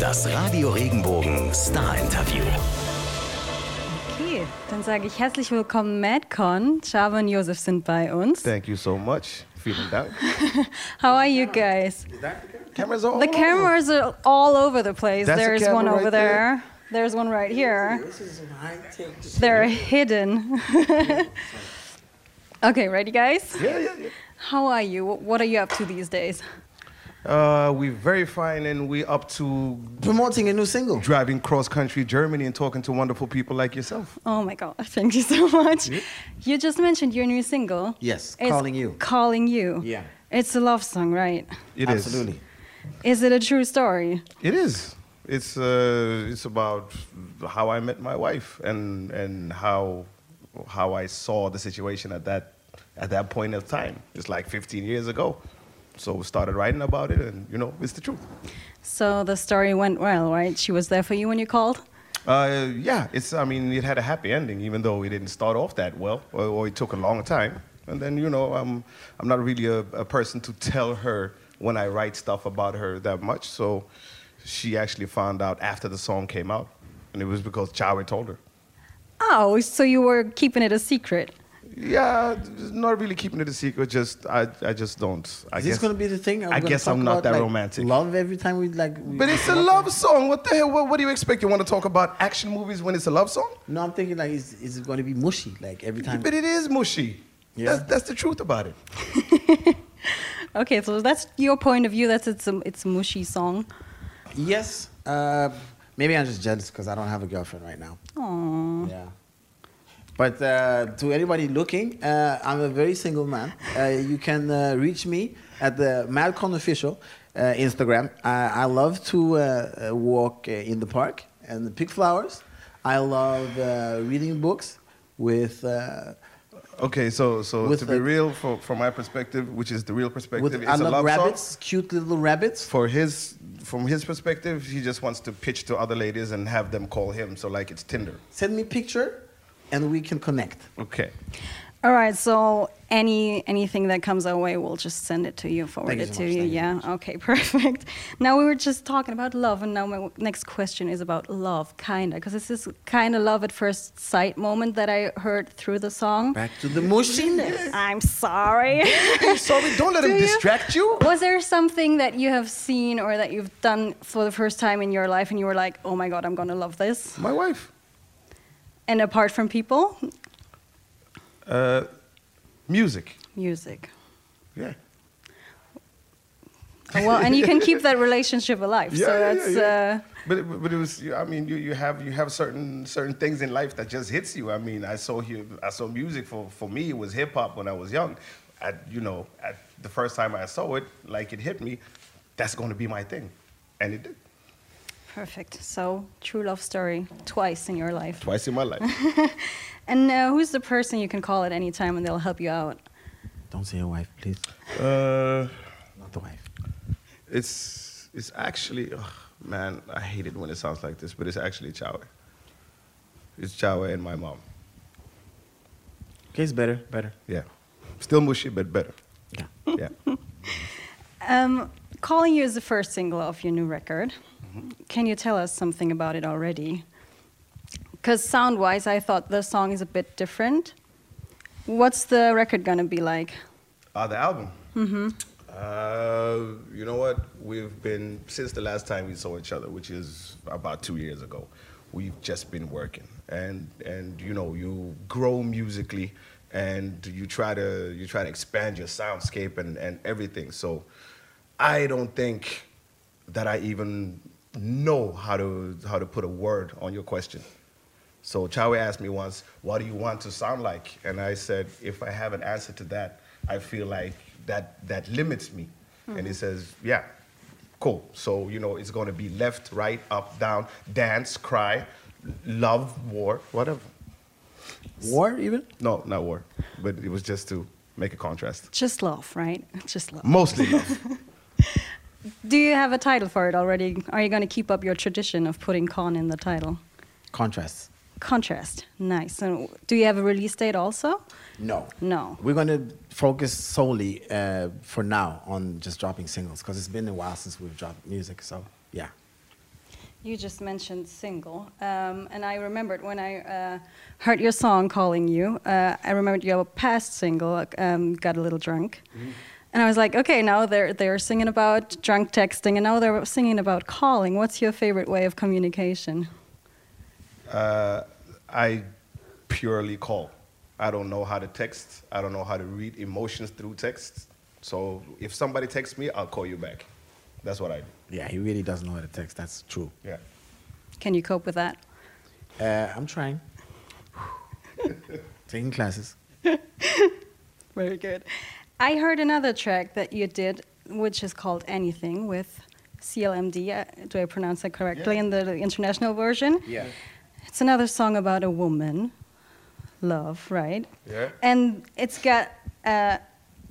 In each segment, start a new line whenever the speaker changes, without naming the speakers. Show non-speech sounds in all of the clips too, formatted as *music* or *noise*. Das Radio Regenbogen Star Interview.
Okay, dann sage ich herzlich willkommen MadCon. Chava und Josef sind bei uns.
Thank you so much. Vielen Dank.
How are you guys?
Cameras are all
The
over.
cameras are all over the place.
Oh. That's a
There's
camera
one over
right
there.
there.
There's one right here. They're hidden. *laughs* okay, ready guys?
Yeah, yeah,
How are you? Wh- What are you up to these days?
yeah. Uh, we're verifying and we're up to
Promoting a new single.
driving cross country Germany and talking to wonderful people like yourself.
Oh my god, *laughs* thank you so much. You just mentioned your new single.
Yes,
It's
Calling You.
Calling You.
Yeah.
It's a love song, right?
It is.
Absolutely.
Is it a true story?
It is. It's, uh, it's about how I met my wife and, and how, how I saw the situation at that, at that point of time. It's like 15 years ago. So we started writing about it and, you know, it's the truth.
So the story went well, right? She was there for you when you called?
Uh, yeah, it's. I mean, it had a happy ending, even though it didn't start off that well, or, or it took a long time. And then, you know, I'm, I'm not really a, a person to tell her when I write stuff about her that much. So she actually found out after the song came out, and it was because Chawe told her.
Oh, so you were keeping it a secret.
Yeah, not really keeping it a secret. Just I, I just don't. I
Is
guess
this gonna be the thing? Are we
I
gonna
guess
talk
I'm not
about,
that
like,
romantic.
Love every time we like. we-
But it's a love song. What the hell? What, what do you expect? You want to talk about action movies when it's a love song?
No, I'm thinking like, is, is it gonna be mushy like every time?
But it is mushy.
Yeah.
That's, that's the truth about it.
Okay, so that's your point of view. That's it's a, it's a mushy song.
Yes. Uh, maybe I'm just jealous because I don't have a girlfriend right now.
Aww.
Yeah. But uh, to anybody looking, uh, I'm a very single man. Uh, you can uh, reach me at the Malcolm Official uh, Instagram. I, I love to uh, uh, walk uh, in the park and pick flowers. I love uh, reading books with. Uh,
Okay, so so
With
to be
the-
real, for, from my perspective, which is the real perspective,
with
it's
I
a
love,
love
rabbits,
song.
cute little rabbits.
For his, from his perspective, he just wants to pitch to other ladies and have them call him. So like it's Tinder.
Send me picture, and we can connect.
Okay.
All right, so any anything that comes our way, we'll just send it to you, forward
you
it
so
to
much,
you.
thank you so
yeah. okay, *laughs* perfect. Now we were just talking about love, and now my w- next question is about love, kinda, because this is kinda love at first sight moment that I heard through the song.
Back to the mushiness.
I'm sorry. *laughs*
Sorry, don't let
Do
him
you-
distract you.
Was there something that you have seen or that you've done for the first time in your life, and you were like, "Oh my God, I'm gonna love this"?
My wife,
And apart from people,
uh, music.
music.
Yeah.
Oh, Well, and you can keep that relationship alive. so
yeah,
that's
yeah, yeah.
Uh,
But it, but it was I mean you, you have you have certain certain things in life that just hits you. I mean I saw him I saw music for for me it was hip hop when I was young. I, you know at the first time I saw it like it hit me. That's going to be my thing, and it did
perfect. So true love story twice in your life.
twice in my life.
And uh, who's the person you can call at any time and they'll help you out?
Don't say your wife, please.
uh,
Not the wife.
it's it's actually ugh, man I hate it when it sounds like this, but it's actually Chawe. It's Chawe and my mom.
Okay, it's better, better.
Yeah, still mushy but better.
Yeah.
Yeah.
Um, Calling You is the first single of your new record. Can you tell us something about it already? Because sound wise, I thought the song is a bit different. What's the record gonna be like?
Uh, the album. Mm-hmm. Uh, you know what? We've been since the last time we saw each other, which is about two years ago. We've just been working, and and you know you grow musically, and you try to you try to expand your soundscape and and everything. So, I don't think that I even know how to how to put a word on your question. So Chawe asked me once, "What do you want to sound like?" And I said, "If I have an answer to that, I feel like that that limits me." And he says, "Yeah, cool. So you know, it's going to be left, right, up, down, dance, cry, love, war, whatever.
War even?
No, not war, but it was just to make a
*laughs*
contrast.
Just love, right? Just
Mm.
love.
Mostly love.
Do you have a title for it already? Are you gonna keep up your tradition of putting con in the title?
Contrasts.
Contrast. Nice. And do you have a release date also?
No.
No.
We're going to focus solely uh, for now on just dropping singles because it's been a while since we've dropped music. So, yeah.
You just mentioned single, um, and I remembered when I uh, heard your song "Calling You." Uh, I remembered your past single, um, "Got a Little Drunk," and I was like, "Okay, now they're they're singing about drunk texting, and now they're singing about calling. What's your favorite way of communication?"
Uh, I purely call. I don't know how to text. I don't know how to read emotions through text. So if somebody texts me, I'll call you back. That's what I do.
Yeah, he really doesn't know how to text. That's true.
Yeah.
Can you cope with that?
Uh, I'm trying. *laughs* Taking classes.
Very good. I heard another track that you did, which is called Anything with CLMD. Uh, Do I pronounce that correctly
Yeah.
in the international version?
Yeah.
It's another song about a woman, love, right?
Yeah.
And it's got uh,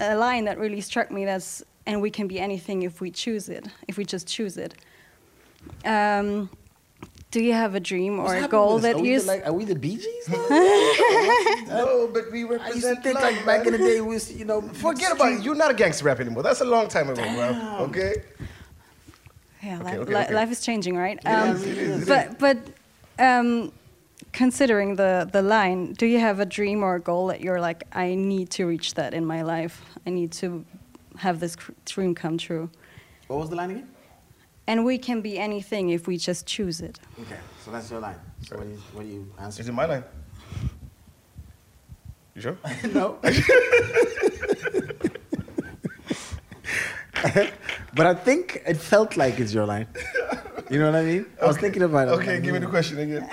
a line that really struck me that's, and we can be anything if we choose it, if we just choose it. Um, do you have a dream or a goal that
are
you.
we
s-
the, like, are we the Bee Gees? now?
*laughs*
No, but we
I used to
represent
think like back in the day we was you know
Forget about it. You're not a gangster rap anymore. That's a long time ago, bro. Okay?
Yeah,
Okay,
li-
okay,
li-
okay.
life is changing, right?
Yeah,
Um,
it is, it is.
But but um, considering the the line, do you have a dream or a goal that you're like, I need to reach that in my life. I need to have this cr- dream come true.
What was the line again?
And we can be anything if we just choose it.
Okay, so that's your line. So what do you, what do you answer?
Is it my line? You sure?
no. *laughs* but I think it felt like it's your line. You know what I mean? I was thinking about it.
Okay,
Like,
give me
hmm.
the question again.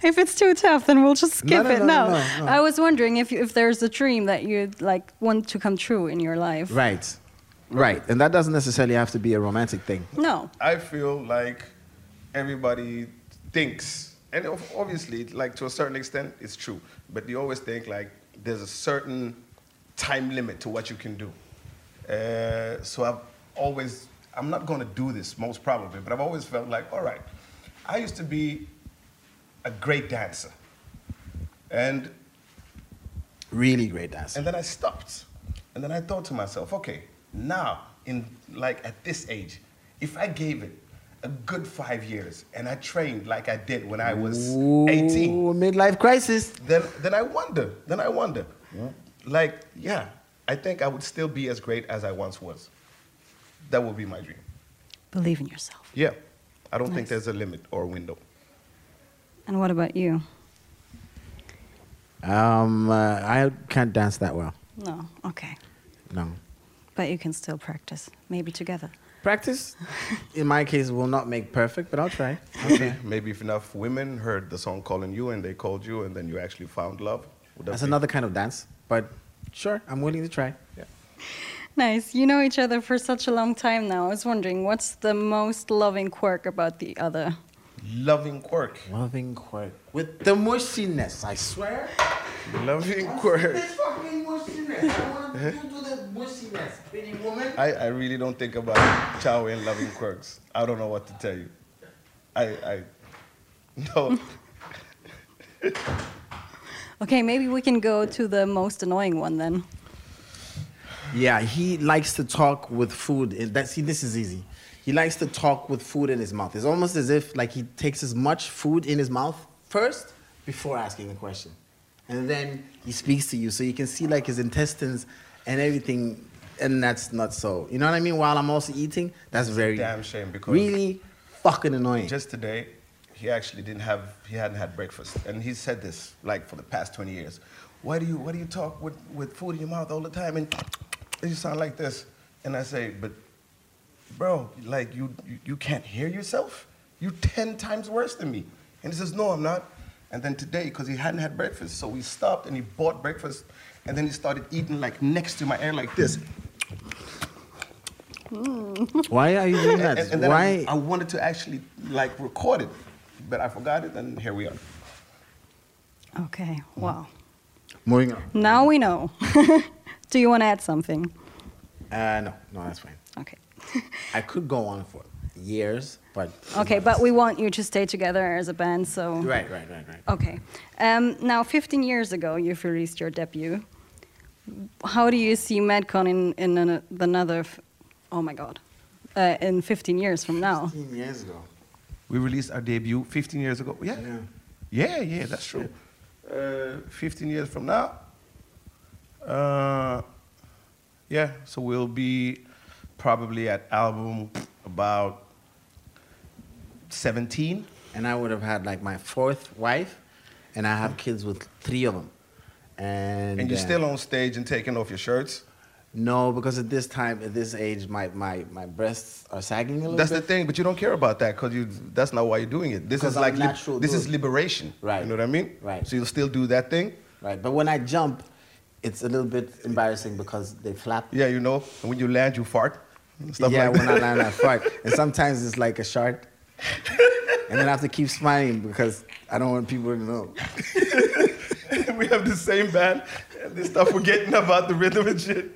If it's too tough, then we'll just
No,
skip
no,
it.
no,
now.
no, no.
I was wondering if you, if there's a dream that you like want to come true in your life.
Right, right, and that doesn't necessarily have to be a romantic thing.
No.
I feel like everybody thinks, and of- obviously, like to a certain extent, it's true. But they always think like there's a certain time limit to what you can do. Uh, so I've always, I'm not going to do this most probably, but I've always felt like, all right, I used to be a great dancer, and
Really great dancer.
and then I stopped. And then I thought to myself, okay, now in like at this age, if I gave it a good five years and I trained like I did when I was 18,
Ooh, midlife crisis.
then then I wonder, then I wonder. Like, yeah, I think I would still be as great as I once was. That would be my dream.
Believe in yourself.
Yeah. I don't think
Nice.
there's a limit or a window.
And what about you?
Um, uh, I can't dance that well.
No. Okay.
No.
But you can still practice, maybe together.
Practice, in my case, will not make perfect, but I'll try.
*laughs* Maybe, maybe if enough women heard the song calling you and they called you and then you actually found love. Would that
That's
be-
another kind of dance, but sure, I'm willing to try.
Yeah.
Nice. You know each other for such a long time now. I was wondering, what's the most loving quirk about the other?
Loving quirk.
Loving quirk with the mushiness, I swear.
Loving quirk.
fucking mushiness. I want you to the mushiness, pretty woman.
I, I really don't think about chow and loving quirks. I don't know what to tell you. I, I *laughs* no.
Okay, maybe we can go to the most annoying one then.
Yeah, he likes to talk with food. in- That see, this is easy. He likes to talk with food in his mouth. It's almost as if like he takes as much food in his mouth first before asking the question, and then he speaks to you, so you can see like his intestines and everything. And that's not so. You know what I mean? While I'm also eating, that's very
damn shame because-
really fucking annoying.
Just today, he actually didn't have he hadn't had breakfast, and he said this like for the past twenty years. Why do you why do you talk with, with food in your mouth all the time and you sound like this? And I say, but bro, like you, you you can't hear yourself. You ten times worse than me. And he says, no, I'm not. And then today, because he hadn't had breakfast, so we stopped and he bought breakfast, and then he started eating like next to my ear like this.
Why are you doing *laughs* that?
And, and then
Why?
I, I wanted to actually like record it, but I forgot it, and here we are.
Okay, wow.
Moving on.
Now we know. *laughs* Do you want to add something?
Uh, no, no, that's fine.
Okay.
I could go on for years, but
Okay, but we want you to stay together as a band, so.
*laughs* Right, right, right, right.
Okay. Um, now, 15 years ago, you've released your debut. How do you see MadCon in, in an, another, f- oh my God, uh, in 15 years from now?
15 years ago.
We released our debut 15 years ago. Yeah.
Yeah.
Yeah, yeah, that's true. Uh, 15 years from now. Uh, yeah, so we'll be probably at album about 17.
and I would have had like my fourth wife, and I have kids with three of them. And
And you're
uh,
still on stage and taking off your shirts.
No, because at this time, at this age, my my, my breasts are sagging a little
That's the
bit.
thing, but you don't care about that because you—that's not why you're doing it. This
'Cause
is
I'm
like lib-
natural
this is
dude.
liberation.
Right.
You know what I mean?
Right.
So you'll still do that thing.
right, but when I jump, it's a little bit embarrassing because they flap.
Yeah, you know. And when you land, you fart. and Stuff
yeah,
like that.
when I
*laughs*
land, I fart, and sometimes it's like a shark. and then I have to keep smiling because I don't want people to know.
*laughs* we have the same band and they start forgetting about the rhythm and shit.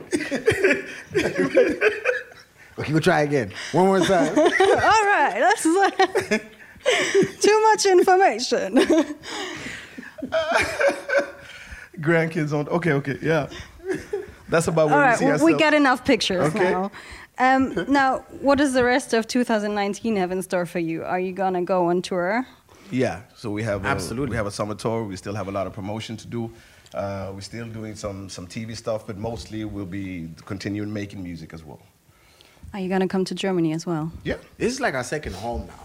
Okay, we'll try again. One more
*laughs*
time.
*laughs* All right, that's uh, too much information.
Grandkids on. Okay, okay, yeah. That's about where
*laughs* All right,
we see
we- we
ourselves.
got enough pictures
Okay.
now.
*laughs*
Um, now, what does the rest of 2019 have in store for you? Are you gonna go on tour?
Yeah, so we have a,
Absolutely.
we have a summer tour. We still have a lot of promotion to do. Uh, we're still doing some some TV stuff, but mostly we'll be continuing making music as well.
Are you gonna come to Germany as well?
Yeah.
This is like our second home now.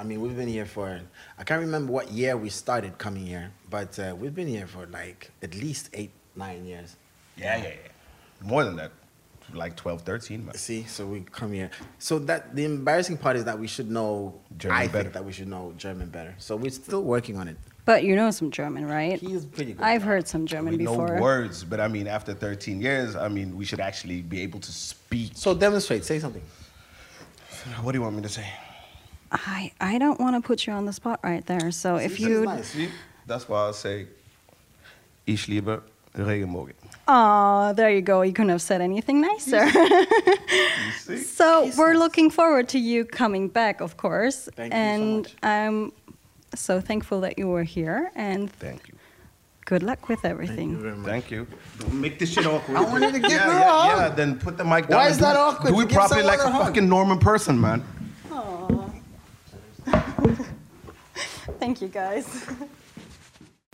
I mean, we've been here for, I can't remember what year we started coming here, but uh, we've been here for like at least eight, nine years.
Yeah, yeah, yeah. More than that, like 12, 13. Man.
See, so we come here. So that the embarrassing part is that we should know,
German
I
better.
think that we should know German better. So we're still working on it.
But you know some German, right?
He is pretty good.
I've heard some German
we
before.
know words, but I mean, after 13 years, I mean, we should actually be able to speak.
So demonstrate, say something.
What do you want me to say?
I I don't want to put you on the spot right there. So if
This is
you,
nice.
See, that's why I say, ich liebe Regenbogen.
oh, there you go. You couldn't have said anything *laughs* nicer.
You see?
so
Jesus.
we're looking forward to you coming back, of course.
Thank you so
and
much.
I'm so thankful that you were here. And
Thank you.
good luck with
Thank you
everything.
very much.
Thank you. Don't make this shit awkward.
I wanted to
*laughs*
give
yeah,
her a
yeah,
hug.
yeah, then put the mic down.
Why
and
is
do
that
it-
awkward?
Do it
Give
properly
someone
like a
a hug.
fucking Norman person, man.
Thank you, guys.